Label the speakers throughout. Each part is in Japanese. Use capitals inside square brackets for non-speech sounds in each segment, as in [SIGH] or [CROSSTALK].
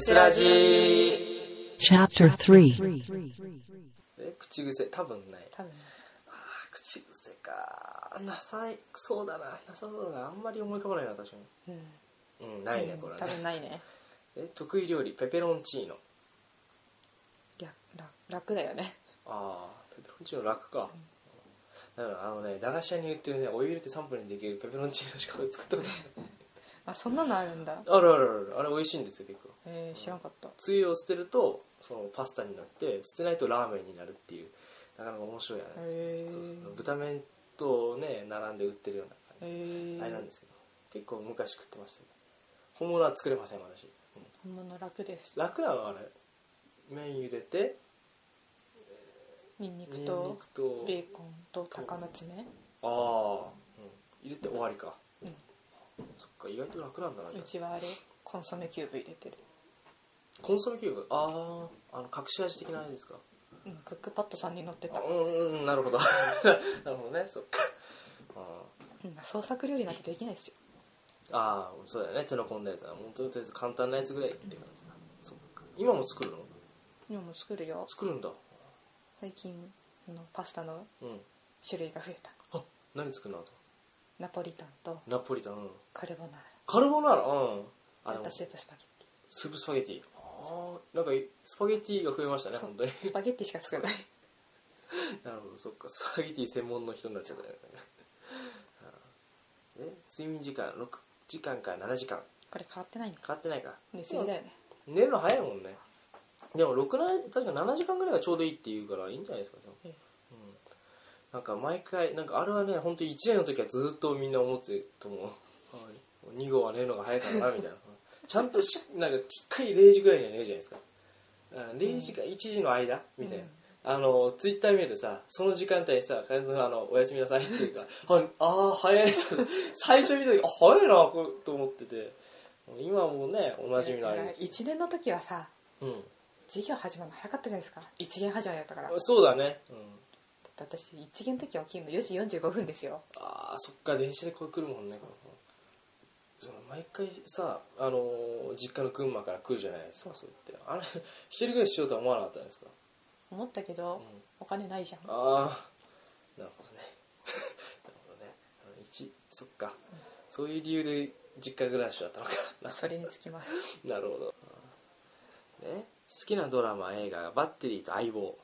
Speaker 1: スラジー
Speaker 2: Chapter 3
Speaker 1: え口癖多分ない
Speaker 3: 多分
Speaker 1: あー口癖かなさいそうだななさそうだなあんまり思い浮かばないな確か
Speaker 3: うん
Speaker 1: にうんないねこれ
Speaker 3: 多
Speaker 1: は
Speaker 3: 分
Speaker 1: ね
Speaker 3: ないね
Speaker 1: え得意料理ペペロンチーノ
Speaker 3: 楽楽楽だよね
Speaker 1: ああペペロンチーノ楽かだからあのね駄菓子屋に売ってるねお湯入れて3分にできるペペロンチーノしか俺作ったことない
Speaker 3: あそんなのあるんだ
Speaker 1: あるあるあるあれ美味しいんですよ結構
Speaker 3: えー、知らんかった
Speaker 1: つゆを捨てるとそのパスタになって捨てないとラーメンになるっていうなかなか面白いやね
Speaker 3: へー
Speaker 1: そうそう豚麺とね並んで売ってるような
Speaker 3: え
Speaker 1: 感じ、
Speaker 3: ー、
Speaker 1: あれなんですけど結構昔食ってましたけど本物は作れません私、うん
Speaker 3: 本物楽です
Speaker 1: 楽なのはあれ麺茹でて
Speaker 3: ニンニク
Speaker 1: ニンニ
Speaker 3: と
Speaker 1: クと
Speaker 3: ベーコンと鷹の爪
Speaker 1: ああ、うん、入れて終わりか、
Speaker 3: うん
Speaker 1: そっか意外と楽なんだなじゃ
Speaker 3: う
Speaker 1: あ
Speaker 3: ちはあれコンソメキューブ入れてる、
Speaker 1: コンソメキューブあああの隠し味的なあれですか
Speaker 3: うん、クックパッドさんに載ってた、
Speaker 1: あ
Speaker 3: う
Speaker 1: うんうんうんなるほど [LAUGHS] なるほどねそっかあー
Speaker 3: ん、創作料理なんてできないですよ
Speaker 1: ああそうだよね手の込んだやつは本当にとりあえず簡単なやつぐらいって感じだ、そっか今も作るの
Speaker 3: 今も作るよ
Speaker 1: 作るんだ
Speaker 3: 最近あのパスタの
Speaker 1: うん
Speaker 3: 種類が増えた
Speaker 1: あ何作るのあと
Speaker 3: ナポリタンと
Speaker 1: ナポリタンうん
Speaker 3: カルボナー
Speaker 1: カルボナーラうんあ
Speaker 3: ラ
Speaker 1: で
Speaker 3: やっ
Speaker 1: も
Speaker 3: たスープスパゲッテ
Speaker 1: スープスパゲティああなんかスパゲティが増えましたね本当に
Speaker 3: ィスパゲッティしか作らない
Speaker 1: [LAUGHS] なるほどそっかスパゲティ専門の人になっちゃ [LAUGHS] ったよねあーえ睡眠時間6時間から7時間
Speaker 3: これ変わってないね
Speaker 1: 変わってないか
Speaker 3: 寝すぎだよね
Speaker 1: 寝るの早いもんねでも6な確か7時間ぐらいがちょうどいいっていうからいいんじゃないですかでも
Speaker 3: ええ
Speaker 1: うんなんか毎回なんかあれはね本当に1年の時はずっとみんな思ってると思う2号は寝るのが早いからなみたいなちゃんとしなんかきっかり0時ぐらいには寝るじゃないですかだから0時か1時の間みたいな、
Speaker 3: うん
Speaker 1: あのツイッター見るとさその時間帯にさ必ずあのおやすみなさいっていうか [LAUGHS] ああー早い最初見た時あ早いなこうと思ってて今はもうねおなじみのあれです
Speaker 3: 1年の時はさ
Speaker 1: うん
Speaker 3: 授業始まるの早かったじゃないですか一限始まりだったからだって
Speaker 1: そうだね、うん、
Speaker 3: 私一限の時起きるの4時45分ですよ
Speaker 1: あーそっか電車でこう来るもんねその毎回さ、あのー実家の群馬から来るじゃないですかそう言ってあれ一人暮らししようとは思わなかったんですか、
Speaker 3: 思ったけ
Speaker 1: うん
Speaker 3: ど、お金ないじゃん
Speaker 1: ああなるほどね [LAUGHS] なるほどねあの一そっか、そういう理由で実家暮らしだったのか
Speaker 3: それにつきます
Speaker 1: なるほど、ね、好きなドラマ映画がバッテリーと相棒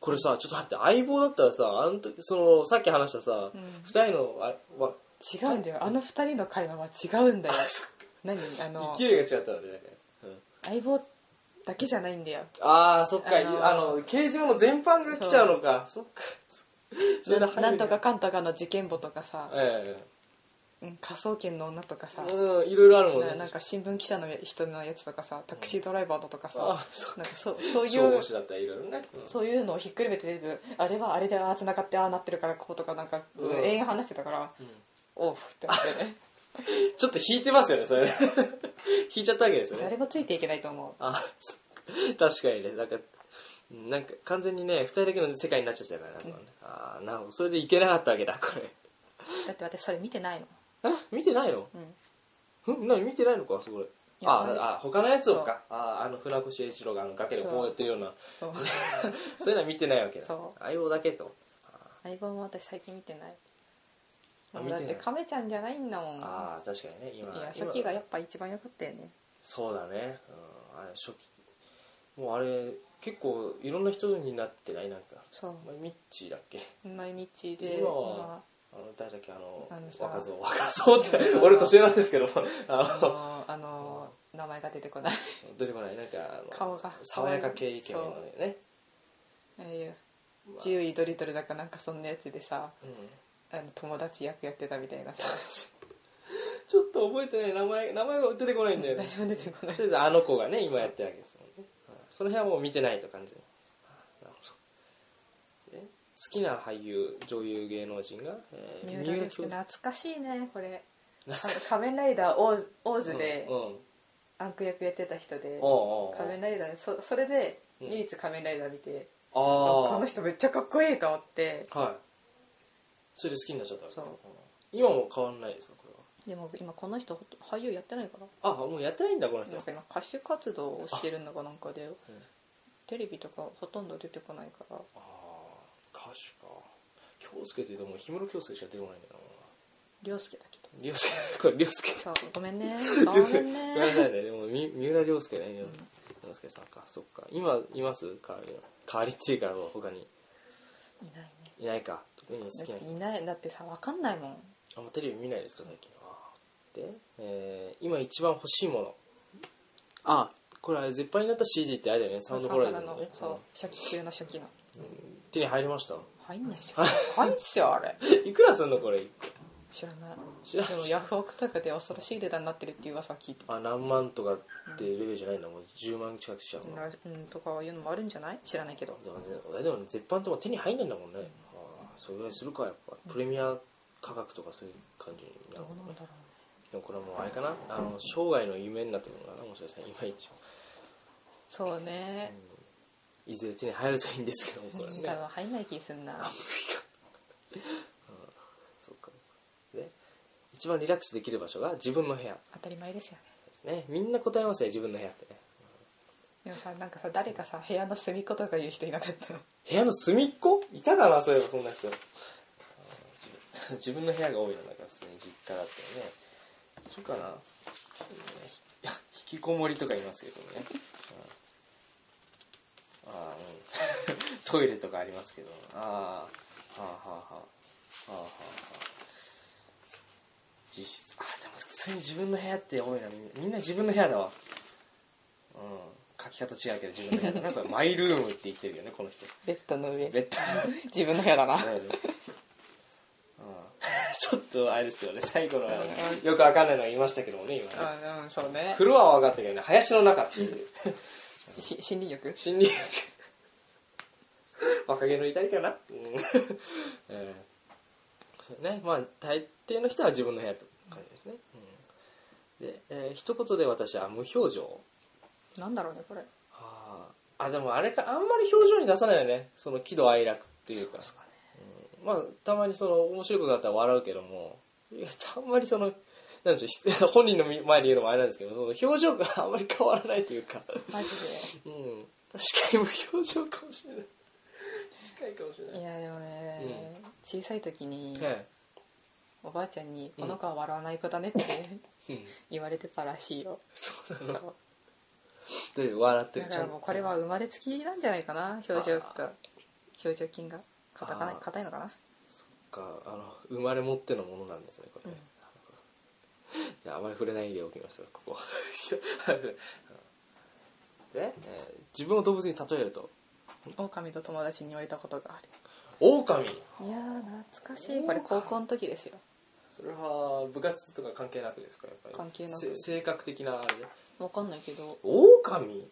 Speaker 1: これさちょっと待って相棒だったらさあの時そのさっき話したさ、
Speaker 3: うん
Speaker 1: 二人のあわ
Speaker 3: 違うんだよあの二人の会話は違うんだよ
Speaker 1: そっ
Speaker 3: 何あの
Speaker 1: 勢いが違ったので、ねうん、
Speaker 3: 相棒だけじゃないんだよ
Speaker 1: ああそっかあ
Speaker 3: あ
Speaker 1: の
Speaker 3: の
Speaker 1: 刑事物全般が来ちゃうのかそっかそれで
Speaker 3: な
Speaker 1: 入る
Speaker 3: なんとかかんとかの事件簿とかさ、
Speaker 1: え
Speaker 3: うん科捜研の女とか
Speaker 1: え
Speaker 3: さ、
Speaker 1: うんいろいろあるもんね
Speaker 3: ななんか新聞記者の人のやつとかさタクシードライバーだとかさ、
Speaker 1: あそ
Speaker 3: なんかそうそうい
Speaker 1: 消
Speaker 3: う
Speaker 1: 防士だったらいろいろね、うん
Speaker 3: そういうのをひっくるめて出てくるあれはあれでああつながってああなってるからこうとかなんか、
Speaker 1: うん
Speaker 3: 永遠話してたから、
Speaker 1: ん
Speaker 3: おうって思っ
Speaker 1: [LAUGHS]
Speaker 3: てね
Speaker 1: ちょっと引いてますよねそれ引いちゃったわけですよ
Speaker 3: 誰
Speaker 1: ね
Speaker 3: もついていけないと思う
Speaker 1: あそっか確かにねなんかうんなんか完全にね二人だけの世界になっちゃったからね、なんかねああなるほどそれでいけなかったわけだこれ
Speaker 3: だって私それ見てないの
Speaker 1: え見てないの
Speaker 3: うん
Speaker 1: ん何見てないのかそれ
Speaker 3: いやあれ
Speaker 1: ああ他のやつをかああの船越英一郎があの崖でこうやってるような
Speaker 3: そう
Speaker 1: そういうのは見てないわけだ
Speaker 3: そう
Speaker 1: 相棒だけと
Speaker 3: 相棒も私最近見てない
Speaker 1: あ
Speaker 3: もうだっ
Speaker 1: 見て
Speaker 3: て
Speaker 1: ない
Speaker 3: 亀ちゃんじゃないんだもんいや
Speaker 1: ああ確かにね今
Speaker 3: 初期がや
Speaker 1: 今
Speaker 3: っぱ一番良かったよね
Speaker 1: そうだね、うん、あれ初期もうあれ結構いろんな人になってないなんか
Speaker 3: そう
Speaker 1: お前ミッチーだっけ
Speaker 3: 毎日で
Speaker 1: 今は
Speaker 3: ま
Speaker 1: あの誰だっけあの
Speaker 3: あのさ
Speaker 1: 若造若造って
Speaker 3: うん
Speaker 1: 俺年上なんですけど
Speaker 3: あ
Speaker 1: あ
Speaker 3: あ
Speaker 1: の
Speaker 3: のあの名前が出てこ
Speaker 1: [LAUGHS]
Speaker 3: ない
Speaker 1: 出てこないなんかあの
Speaker 3: 顔が
Speaker 1: 爽やか系イケメンのね
Speaker 3: ああいう10位ドリトルだかなんかそんなやつでさ
Speaker 1: うん
Speaker 3: あの友達役やってたみたいなさ
Speaker 1: ちょっと覚えてない名前名前が出てこないんだよ
Speaker 3: [LAUGHS]
Speaker 1: ね
Speaker 3: 私も出てこない
Speaker 1: とりあえずあの子がね今やってるわけですもんねはいその辺はもう見てないと感じなるほどで好きな俳優女優芸能人が、え
Speaker 3: 三浦です
Speaker 1: 京
Speaker 3: 懐かしいねこれ
Speaker 1: 懐か
Speaker 3: 仮仮面ライダーオーズオーズで
Speaker 1: うんうん
Speaker 3: アンク役やってた人で
Speaker 1: おうおうおう
Speaker 3: 仮面ライダーそそれで
Speaker 1: うん
Speaker 3: 唯一仮面ライダー見て
Speaker 1: あ
Speaker 3: あ
Speaker 1: あ
Speaker 3: この人めっちゃかっこいいと思って
Speaker 1: はいそれで好きになっちゃったわけ
Speaker 3: そう
Speaker 1: 今も変わんないですかこれは
Speaker 3: でも今この人ほと俳優やってないから
Speaker 1: あもうやってないんだこの人
Speaker 3: なんか今歌手活動をしてるのかなんかで
Speaker 1: うん
Speaker 3: テレビとかほとんど出てこないから
Speaker 1: ああ歌手か京介って言うともう氷室京介しか出てこないんだよ
Speaker 3: 涼介だけど
Speaker 1: な涼介これ涼介
Speaker 3: そうごめ
Speaker 1: [LAUGHS]
Speaker 3: んねご
Speaker 1: 涼
Speaker 3: め
Speaker 1: 介
Speaker 3: ん
Speaker 1: ごめん [LAUGHS]
Speaker 3: ね
Speaker 1: なさいねでもみ三浦涼介ね涼涼介さんかそっか今います代わりの代わりっていうか他に
Speaker 3: いないね
Speaker 1: いないか特に好
Speaker 3: だっ
Speaker 1: きな
Speaker 3: て
Speaker 1: 人
Speaker 3: いないだってさ分かんないもん
Speaker 1: あんまテレビ見ないですか最近あーで、えー今一番欲しいものあこれあれ絶版になった CD ってあれだよねサウンドホライズンのね
Speaker 3: そう初期級の初期の
Speaker 1: うん手に入りました
Speaker 3: 入んない
Speaker 1: [LAUGHS]
Speaker 3: じゃん入んすよあれ
Speaker 1: いくらすんのこれ
Speaker 3: 知らない
Speaker 1: 知らん
Speaker 3: でもヤフオクとかで恐ろしい値段になってるっていう噂は聞いて
Speaker 1: あ何万とかってレベルじゃないんだもう10万近くしちゃうの
Speaker 3: なうんとかいうのもあるんじゃない知らないけど
Speaker 1: でもぜえでも絶版ってもう手に入んないんだもんね、あーそれぐらいするかやっぱプレミア価格とかそういう感じにな
Speaker 3: ど
Speaker 1: る
Speaker 3: うなん
Speaker 1: のね
Speaker 3: だろ
Speaker 1: でもこれはもうあれかなあの生涯の夢になってくるのかなもしかしたら今一応
Speaker 3: うそうね
Speaker 1: いずれ手に入るといいんですけどもこれね
Speaker 3: だから入んない気すんな
Speaker 1: そうかで一番リラックスできる場所が自分の部屋で
Speaker 3: 当たり前ですよね
Speaker 1: すねみんな答えますね自分の部屋ってね
Speaker 3: でもさなんかさ誰かさ部屋の隅っことか言う人いなかったの
Speaker 1: 部屋の隅っこいたかなそういえばそんな人あー自分 [LAUGHS] 自分の部屋が多いのだから普通に実家だったよねそうかなうんひ引きこもりとか言いますけどねうんあーうん [LAUGHS] トイレとかありますけどあーはあはあはあはあはあはあ実質あでも普通に自分の部屋って多いなみんなみんな自分の部屋だわうん書き方違うけど自分の部屋だなこれマイルームって言ってるよねこの人
Speaker 3: ベッドの上
Speaker 1: ベッド
Speaker 3: [LAUGHS] 自分の部屋だな
Speaker 1: ないのうんちょっとあれですけどね最後のよくわかんないのが言いましたけどもね今ね
Speaker 3: うんうんそうね
Speaker 1: フロアは分かったけどね林の中っていう
Speaker 3: し心理力
Speaker 1: 心理学若気の至りかな、うんえーそうねまあ大抵の人は自分の部屋という感じですね、うんで、えー一言で私は無表情
Speaker 3: なんだろうねこれ
Speaker 1: あーあでもあれかあんまり表情に出さないよねその喜怒哀楽っていうかうんまあたまにその面白いことだったら笑うけどもいやあんまりそのなんでしょう [LAUGHS] ひ本人の前で言うのもあれなんですけどその表情が [LAUGHS] あんまり変わらないというか
Speaker 3: マジ
Speaker 1: うん確かに無表情かもしれない近いかもしれ
Speaker 3: でい
Speaker 1: い
Speaker 3: やでもね、小さい時に
Speaker 1: え
Speaker 3: おばあちゃんに「この子は笑わない子だね」 [LAUGHS] って
Speaker 1: えうん [LAUGHS]
Speaker 3: 言われてたらしいよ
Speaker 1: そうなの
Speaker 3: [LAUGHS] そう
Speaker 1: で笑ってる
Speaker 3: だからもうこれは生まれつきなんじゃないかな表情が表情筋が硬かない
Speaker 1: あー
Speaker 3: 硬いのかな
Speaker 1: かあの生まれ持ってのものなんですねこれね、 [LAUGHS] じゃああまり触れないでおきましたここ [LAUGHS] で、えー自分を動物に例えると
Speaker 3: 狼と友達に言われたことがある
Speaker 1: 狼
Speaker 3: いやー懐かしいこれ高校の時ですよ
Speaker 1: それは部活とか関係なくですかやっぱり
Speaker 3: 関係なく
Speaker 1: せ性格的なあれで
Speaker 3: わかんないけど
Speaker 1: 狼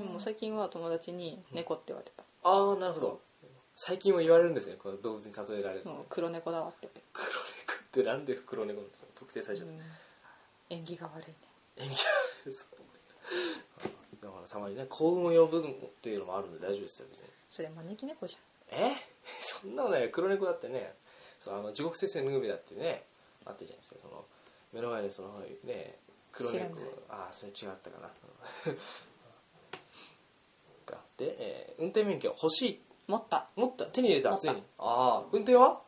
Speaker 3: でも最近は友達に「猫」って言われた
Speaker 1: ああなるほど最近は言われるんですねこの動物に例えられる
Speaker 3: 「も
Speaker 1: と
Speaker 3: う黒猫だわ」って
Speaker 1: 黒猫ってなんで黒猫なんですか特定されちゃった、
Speaker 3: うん縁起が悪いね
Speaker 1: 演技あるそうだからたまにね幸運を呼ぶのっていうのもあるんで大丈夫ですよ別に
Speaker 3: それ招き猫じ
Speaker 1: え [LAUGHS] そんなのね黒猫だってねそうあの地獄先生のヌーベだってねあったじゃないですかその目の前でそのね黒
Speaker 3: 知ら
Speaker 1: 猫
Speaker 3: ない
Speaker 1: ああそれ違ったかながあって、えー運転免許欲しい
Speaker 3: ゃん持った
Speaker 1: 持った手に入れた
Speaker 3: 持っ
Speaker 1: つ
Speaker 3: た
Speaker 1: いにああ運転は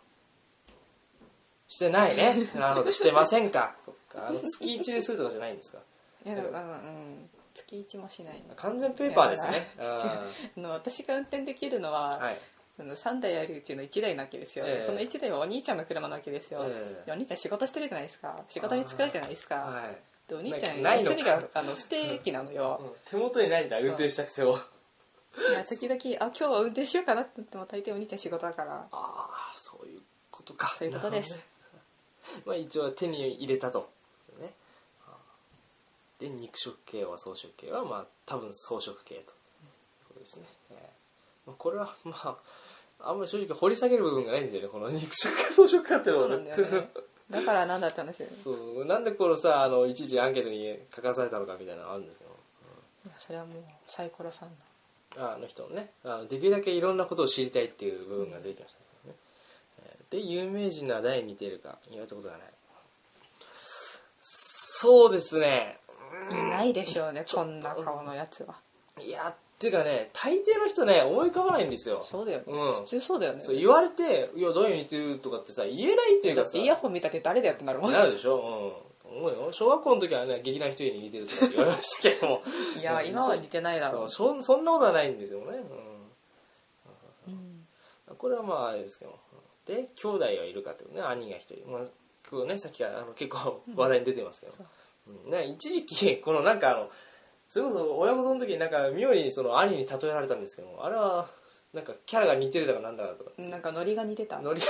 Speaker 1: してない
Speaker 3: [LAUGHS]
Speaker 1: ねなるほどしてませんかそっかあの月一でするとかじゃないんですか
Speaker 3: いやだからうん月一もしない
Speaker 1: 完全ペーパーですねあ
Speaker 3: あの私が運転できるの
Speaker 1: あ
Speaker 3: は、
Speaker 1: はい
Speaker 3: あの3台あるうちの1台なわけですよ、
Speaker 1: ええ
Speaker 3: その1台はお兄ちゃんの車なわけですよ、
Speaker 1: ええ
Speaker 3: でお兄ちゃん仕事してるじゃないですか仕事に使うじゃないですか、
Speaker 1: はい
Speaker 3: でお兄ちゃん
Speaker 1: ないのか
Speaker 3: 休みがあの不定期なのよ、
Speaker 1: うん手元にないんだ
Speaker 3: そう
Speaker 1: 運転したくせを
Speaker 3: いや時々あ今日は運転しようかなって言っても大抵お兄ちゃん仕事だから
Speaker 1: ああそういうことか
Speaker 3: そういうことです
Speaker 1: な
Speaker 3: [LAUGHS]
Speaker 1: るほどねまあ一応手に入れたとねあーで肉食系は草食系はまあ多分草食系ということですね、えーまあ、これはまああんまり正直掘り下げる部分がないんですよねこの肉食か草食かっての
Speaker 3: そ
Speaker 1: は
Speaker 3: うなんだよねだからなんだって話だよ
Speaker 1: [LAUGHS]
Speaker 3: ね
Speaker 1: そうなんでこのさあの一時アンケートに書かされたのかみたいなのあるんですけど
Speaker 3: いやそれはもうサイコロさんの
Speaker 1: あの人のねあのできるだけいろんなことを知りたいっていう部分が出てきましたけどね、えーで有名人な誰に似ているか言われたことがないそうですね
Speaker 3: いないでしょうねこんな顔のやつはい
Speaker 1: やっていうかね大抵の人ね思い浮かばないんですよ
Speaker 3: そうだよね、
Speaker 1: うん
Speaker 3: 普通そうだよね
Speaker 1: そう言われて「いや誰に似てる」とかってさ言えないっていう
Speaker 3: だ
Speaker 1: か
Speaker 3: っ
Speaker 1: さ
Speaker 3: てイヤホン見たって誰だよってなるもん
Speaker 1: なるでしょ、うん、思うよ小学校の時はね劇団一人に似てるとかって言われましたけども
Speaker 3: [LAUGHS] [LAUGHS] いや今は似てないだろ
Speaker 1: そううそんそんなことはないんですよね、
Speaker 3: うん
Speaker 1: うん、これはまああれですけどで兄弟はいるかってことね兄が一人、まあ、こうねさっきからあの結構話題に出てますけど、うんね、一時期このなんかあのそれこそ親御さんの時になんか妙にその兄に例えられたんですけどもあれはなんかキャラが似てるだかなんだかとか
Speaker 3: なんかノリが似てた
Speaker 1: ノリが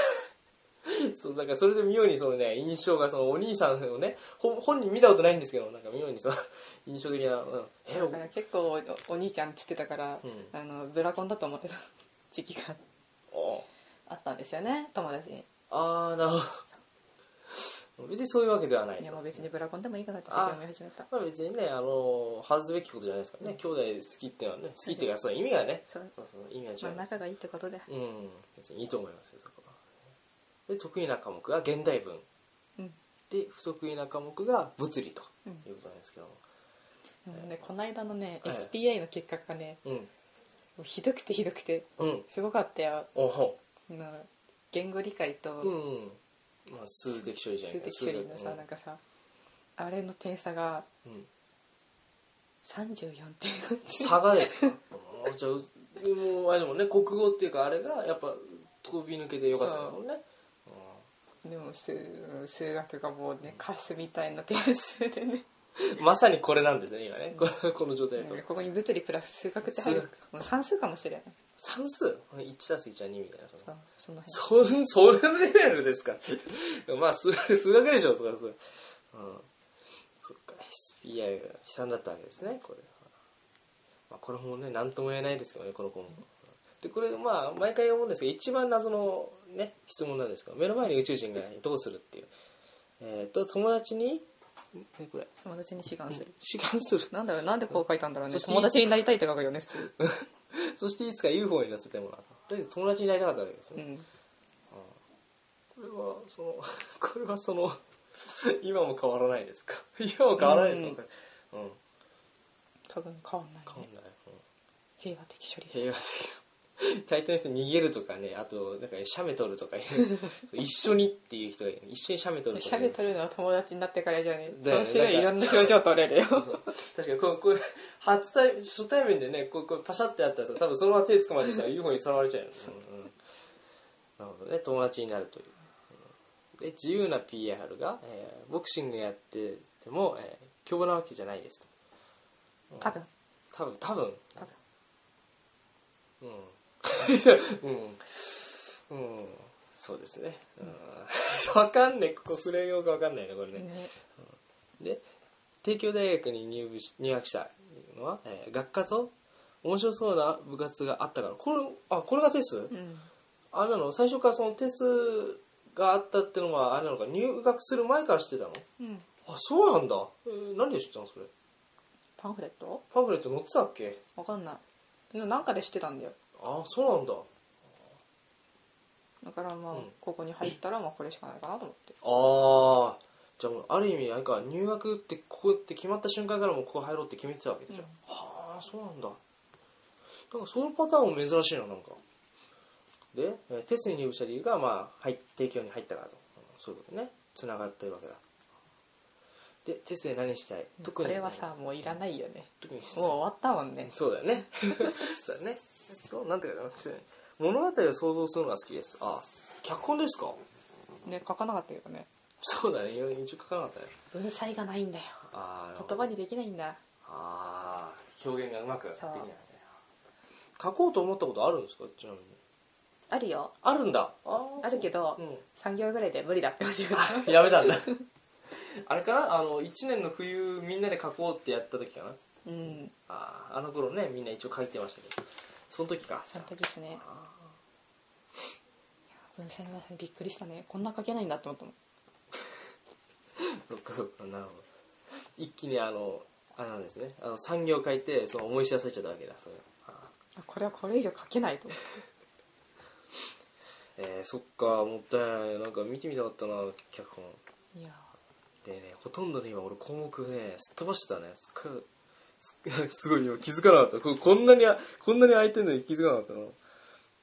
Speaker 1: そうだからそれで妙にそのね印象がそのお兄さんをねほ本人見たことないんですけどなんか妙にその印象的な、うん、え
Speaker 3: だから結構おお兄ちゃんっつってたから、
Speaker 1: うん
Speaker 3: あのブラコンだと思ってた [LAUGHS] 時期が
Speaker 1: お
Speaker 3: あったんですよね友達に
Speaker 1: ああなるほど別にそういうわけではない
Speaker 3: いやもう別にブラコンでもいいかなって
Speaker 1: あ
Speaker 3: 最近思い始めた
Speaker 1: まあ別にねあの恥ずべきことじゃないですからね兄弟好きっていうのはね好きっていうかその意味がね
Speaker 3: そう
Speaker 1: そうそう意味が違う
Speaker 3: まあ仲がいいってことで
Speaker 1: うん別にいいと思いますよそこはで得意な科目が現代文
Speaker 3: うん
Speaker 1: で不得意な科目が物理と
Speaker 3: うん
Speaker 1: いうことなんですけども
Speaker 3: でもねこの間のね
Speaker 1: ええ
Speaker 3: SPI の結果がね
Speaker 1: うん
Speaker 3: もうひどくてひどくて
Speaker 1: うん
Speaker 3: すごかったよ
Speaker 1: おほ
Speaker 3: な言語理解
Speaker 1: う
Speaker 3: と
Speaker 1: んまあ数的処理じゃな
Speaker 3: 数
Speaker 1: いか
Speaker 3: 的処理のさ
Speaker 1: 数学
Speaker 3: なんかさあれの点差が
Speaker 1: うんうん
Speaker 3: 34点 [LAUGHS]
Speaker 1: 差がですかあーじゃあうもうあれでもね国語っていうかあれがやっぱ飛び抜けてよかったですもんね
Speaker 3: でも数数学がもうねカスみたいな点数でね
Speaker 1: うんまさにこれなんですね今ねここの状態だと
Speaker 3: なんかここに物理プラス数学って入る
Speaker 1: 数
Speaker 3: もう算数かもしれない
Speaker 1: 算数 1+1 は2みたいなその
Speaker 3: そうその辺
Speaker 1: そん、それレベルですか [LAUGHS] まあ、数数学でしょ、それはそれ。うん。そっか、SPI が悲惨だったわけですね、これ。まあ、これもね、なんとも言えないですけどね、この項目。で、これ、まあ、毎回思うんですけど、一番謎のね、質問なんですけど、目の前に宇宙人がどうするっていう。えっ、と、友達に、ね、これ、
Speaker 3: 友達に志願する
Speaker 1: 志願する。 [LAUGHS]
Speaker 3: なんだろうなんでこう書いたんだろうね
Speaker 1: そして
Speaker 3: 友達になりたいって書くよね普通
Speaker 1: そしていつか UFO に乗せてもらうと。とりあえず友達になりたかったわけですね。
Speaker 3: うん
Speaker 1: これはその [LAUGHS] これはその [LAUGHS] 今も変わらないですか [LAUGHS] 今も変わらないですかうん、
Speaker 3: 多分変わんない
Speaker 1: 変わ
Speaker 3: ね
Speaker 1: らない、うん
Speaker 3: 平和的処理
Speaker 1: 平和的 [LAUGHS] 大抵の人逃げるとかねあとなんか写メ撮るとかいう [LAUGHS] そう一緒にっていう人がいる一緒に写メ撮ると
Speaker 3: し
Speaker 1: か
Speaker 3: ゃ
Speaker 1: いう
Speaker 3: べとるのは友達になってからじゃね
Speaker 1: だよね
Speaker 3: そうすればいろんな表情取れるよ
Speaker 1: 確かにこうこ [LAUGHS] う初対初対面でねこうこうパシャってやったらさ多分そのまま手つかまれてさ UFO にさらわれちゃうよ、 [LAUGHS] うんうんなるほどね友達になるという、うんで自由な PR が、えーボクシングやってても、えー凶暴なわけじゃないですと
Speaker 3: 多分
Speaker 1: 多分多分
Speaker 3: 多分
Speaker 1: うん [LAUGHS] うん、うん、そうですね、うん、 [LAUGHS] わかんねえここ触れようかわかんないねこれね、
Speaker 3: ね
Speaker 1: で帝京大学に入部し入学したのは、えー学科と面白そうな部活があったからこれあこれがテス
Speaker 3: うん
Speaker 1: あれなの最初からそのテスがあったってのはあれなのか入学する前から知ってたの
Speaker 3: うん
Speaker 1: あそうなんだ、えー何で知ったのそれ
Speaker 3: パンフレット
Speaker 1: パンフレット載ってたっけ
Speaker 3: わかんないでもなんかで知ってたんだよ
Speaker 1: あそうなんだ
Speaker 3: だからまあ、
Speaker 1: うん
Speaker 3: ここに入ったらまあこれしかないかなと思って
Speaker 1: ああじゃあもうある意味あれか入学ってここって決まった瞬間からもうここ入ろうって決めてたわけでしょ、
Speaker 3: うん
Speaker 1: はあそうなんだなんかそのパターンも珍しいななんかでえーテスに入部した理由がまあ入帝京に入ったからとうんそういうことねつながってるわけだでテスで何したい特
Speaker 3: こ
Speaker 1: に
Speaker 3: れはさもういらないよね
Speaker 1: 特に
Speaker 3: もう終わったもんね
Speaker 1: そうだよ [LAUGHS] ねそうだねそうなんていうかなちょっとね物語を想像するのが好きですあ脚本ですか
Speaker 3: ね書かなかったけどね
Speaker 1: [LAUGHS] そうだね一応書かなかったね
Speaker 3: 文才がないんだよ
Speaker 1: あー
Speaker 3: 言葉にできないんだ
Speaker 1: ああ表現がうまくでき
Speaker 3: そう
Speaker 1: ないね書こうと思ったことあるんですかちなみに
Speaker 3: あるよ
Speaker 1: あるんだ
Speaker 3: あるけど、
Speaker 1: うん
Speaker 3: 3行ぐらいで無理だって言われ
Speaker 1: [LAUGHS] あやめたんだ [LAUGHS] あれかなあの1年の冬みんなで書こうってやった時かな
Speaker 3: たうん
Speaker 1: あーあの頃ねみんな一応書いてましたけどその時か
Speaker 3: その時ですね文才のなさにびっくりしたねこんな書けないんだって思ったの
Speaker 1: そっかそっかなるほど一気にあのあれなんですねあの産業書いてその思い知らされちゃったわけだそれあー
Speaker 3: あこれはこれ以上書けないと思っ
Speaker 1: えー、そっかもったいないなんか見てみたかったな脚本
Speaker 3: ていや
Speaker 1: でねほとんどね今俺項目ねすっ飛ばしてたねすっごいすっすごい今気づか [LAUGHS] なかったここんなにあこんなに空いてるのに気づかなかったの、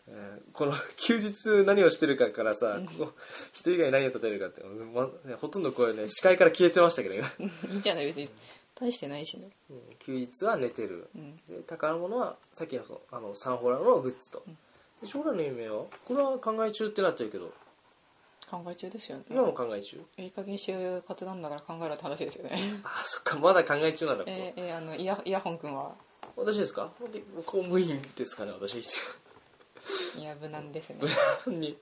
Speaker 1: えーこの [LAUGHS] 休日何をしてるかからさここ人以外何を立てるかって、まね、ほとんどこれね視界から消えてましたけど今
Speaker 3: [LAUGHS] いいんじゃない別に大してないしね
Speaker 1: うん休日は寝てる
Speaker 3: うん
Speaker 1: で宝物はさっきのそのあのサンホラーのグッズと、で将来の夢はこれは考え中ってなってるけど
Speaker 3: 考え中ですよね
Speaker 1: 今も考え中、
Speaker 3: いい加減就活なんだから考えろって話ですよね
Speaker 1: あそっかまだ考え中なんだここ、
Speaker 3: えー、えーあのイヤイヤホン君は
Speaker 1: 私ですかで公務員ですかね私一
Speaker 3: いや無難ですね
Speaker 1: 応無難に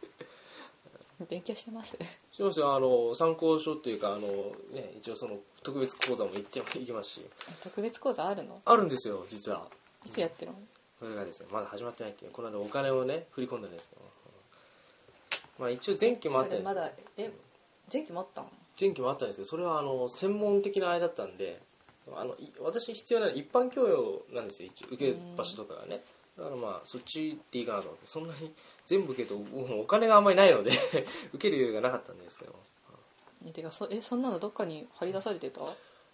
Speaker 3: 勉強してます
Speaker 1: しますよあの参考書っていうかあの、ね、一応その特別講座も行っても行きますし
Speaker 3: 特別講座あるの
Speaker 1: あるんですよ実はい
Speaker 3: つやってるの
Speaker 1: これがですねまだ始まってないっていうこの間お金をね振り込んだんですけどまあ一応前期もあったんです
Speaker 3: それまだえ前期もあったの
Speaker 1: 前期もあったんですけどそれはあの専門的なあれだったんであのい私必要なのは一般教養なんですよ一応受ける場所とかがねだからまあそっちでいいかなと思ってそんなに全部受けるとおお金があんまりないので [LAUGHS] 受ける余裕がなかったんですけど
Speaker 3: えてかそえそんなのどっかに貼り出されてた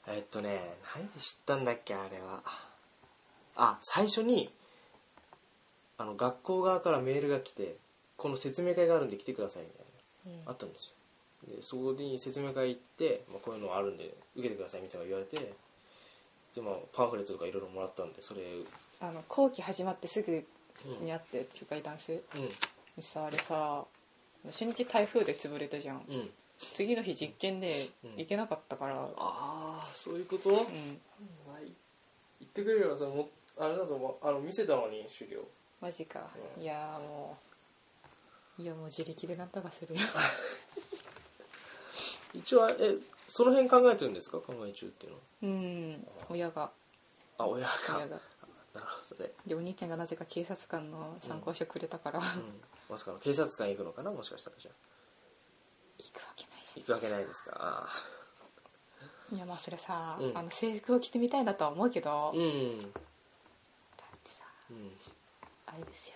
Speaker 1: えっとね何で知ったんだっけあれはあ最初にあの学校側からメールが来てこの説明会があるんで来てくださいみたいなあったんですよでそこに説明会行って、まあ、こういうのあるんで受けてくださいみたいなの言われてで、まあ、パンフレットとかいろいろもらったんでそれ
Speaker 3: あの後期始まってすぐ
Speaker 1: うん
Speaker 3: にあって痛快男性
Speaker 1: うん
Speaker 3: にさあれさ初日台風で潰れたじゃん
Speaker 1: うん
Speaker 3: 次の日実験で
Speaker 1: うん
Speaker 3: 行けなかったから
Speaker 1: ああそういうこと、
Speaker 3: う
Speaker 1: ま
Speaker 3: ん
Speaker 1: あい言ってくれればそれもあれだと思うあの見せたのに資料
Speaker 3: マジか
Speaker 1: うん
Speaker 3: いやーもういやもう自力でなんとかす [LAUGHS] るよ
Speaker 1: 一応えその辺考えてるんですか考え中っていうのは
Speaker 3: うん親が
Speaker 1: あ親か
Speaker 3: 親が
Speaker 1: なるほどね、
Speaker 3: でお兄ちゃんがなぜか警察官の参考書くれたから、
Speaker 1: う
Speaker 3: 行
Speaker 1: ん、まさかの警察官行くのかなもしかしたらじゃあ
Speaker 3: くわけないじゃん
Speaker 1: 行くわけないですかあ
Speaker 3: いやまあそれさ、
Speaker 1: うん
Speaker 3: あの制服を着てみたいなとは思うけど、
Speaker 1: ーうん
Speaker 3: だってさ
Speaker 1: うん
Speaker 3: あれですよ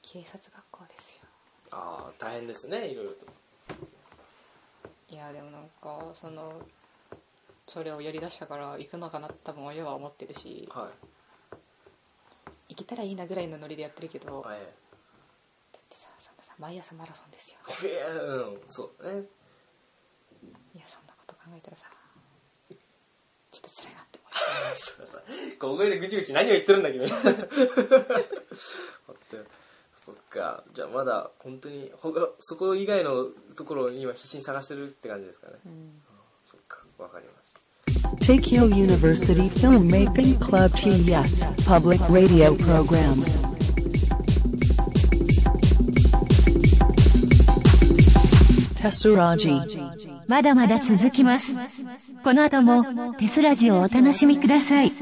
Speaker 3: 警察学校ですよ
Speaker 1: ああ大変ですねいろいろと
Speaker 3: いやでもなんかそのそれをやりだしたから行くのかなって多分親は思ってるし
Speaker 1: はい
Speaker 3: 行けたらいいなぐらいのノリでやってるけど、だっ
Speaker 1: え
Speaker 3: てさそんなさ毎朝マラソンですよ
Speaker 1: えいやうんそうだね [LAUGHS]
Speaker 3: いやそんなこと考えたらさちょっと辛いなって思
Speaker 1: そうさ小声でぐちぐち何を言ってるんだ [LAUGHS] 君だってそっかじゃあまだ本当にほかそこ以外のところを今必死に探してるって感じですかね
Speaker 3: う、うん、
Speaker 1: そっかわかりました
Speaker 2: Takyo University Filmmaking Club TES Public Radio Program. Tesuraji.
Speaker 4: まだまだ続きます。この後もテスラジをお楽しみください。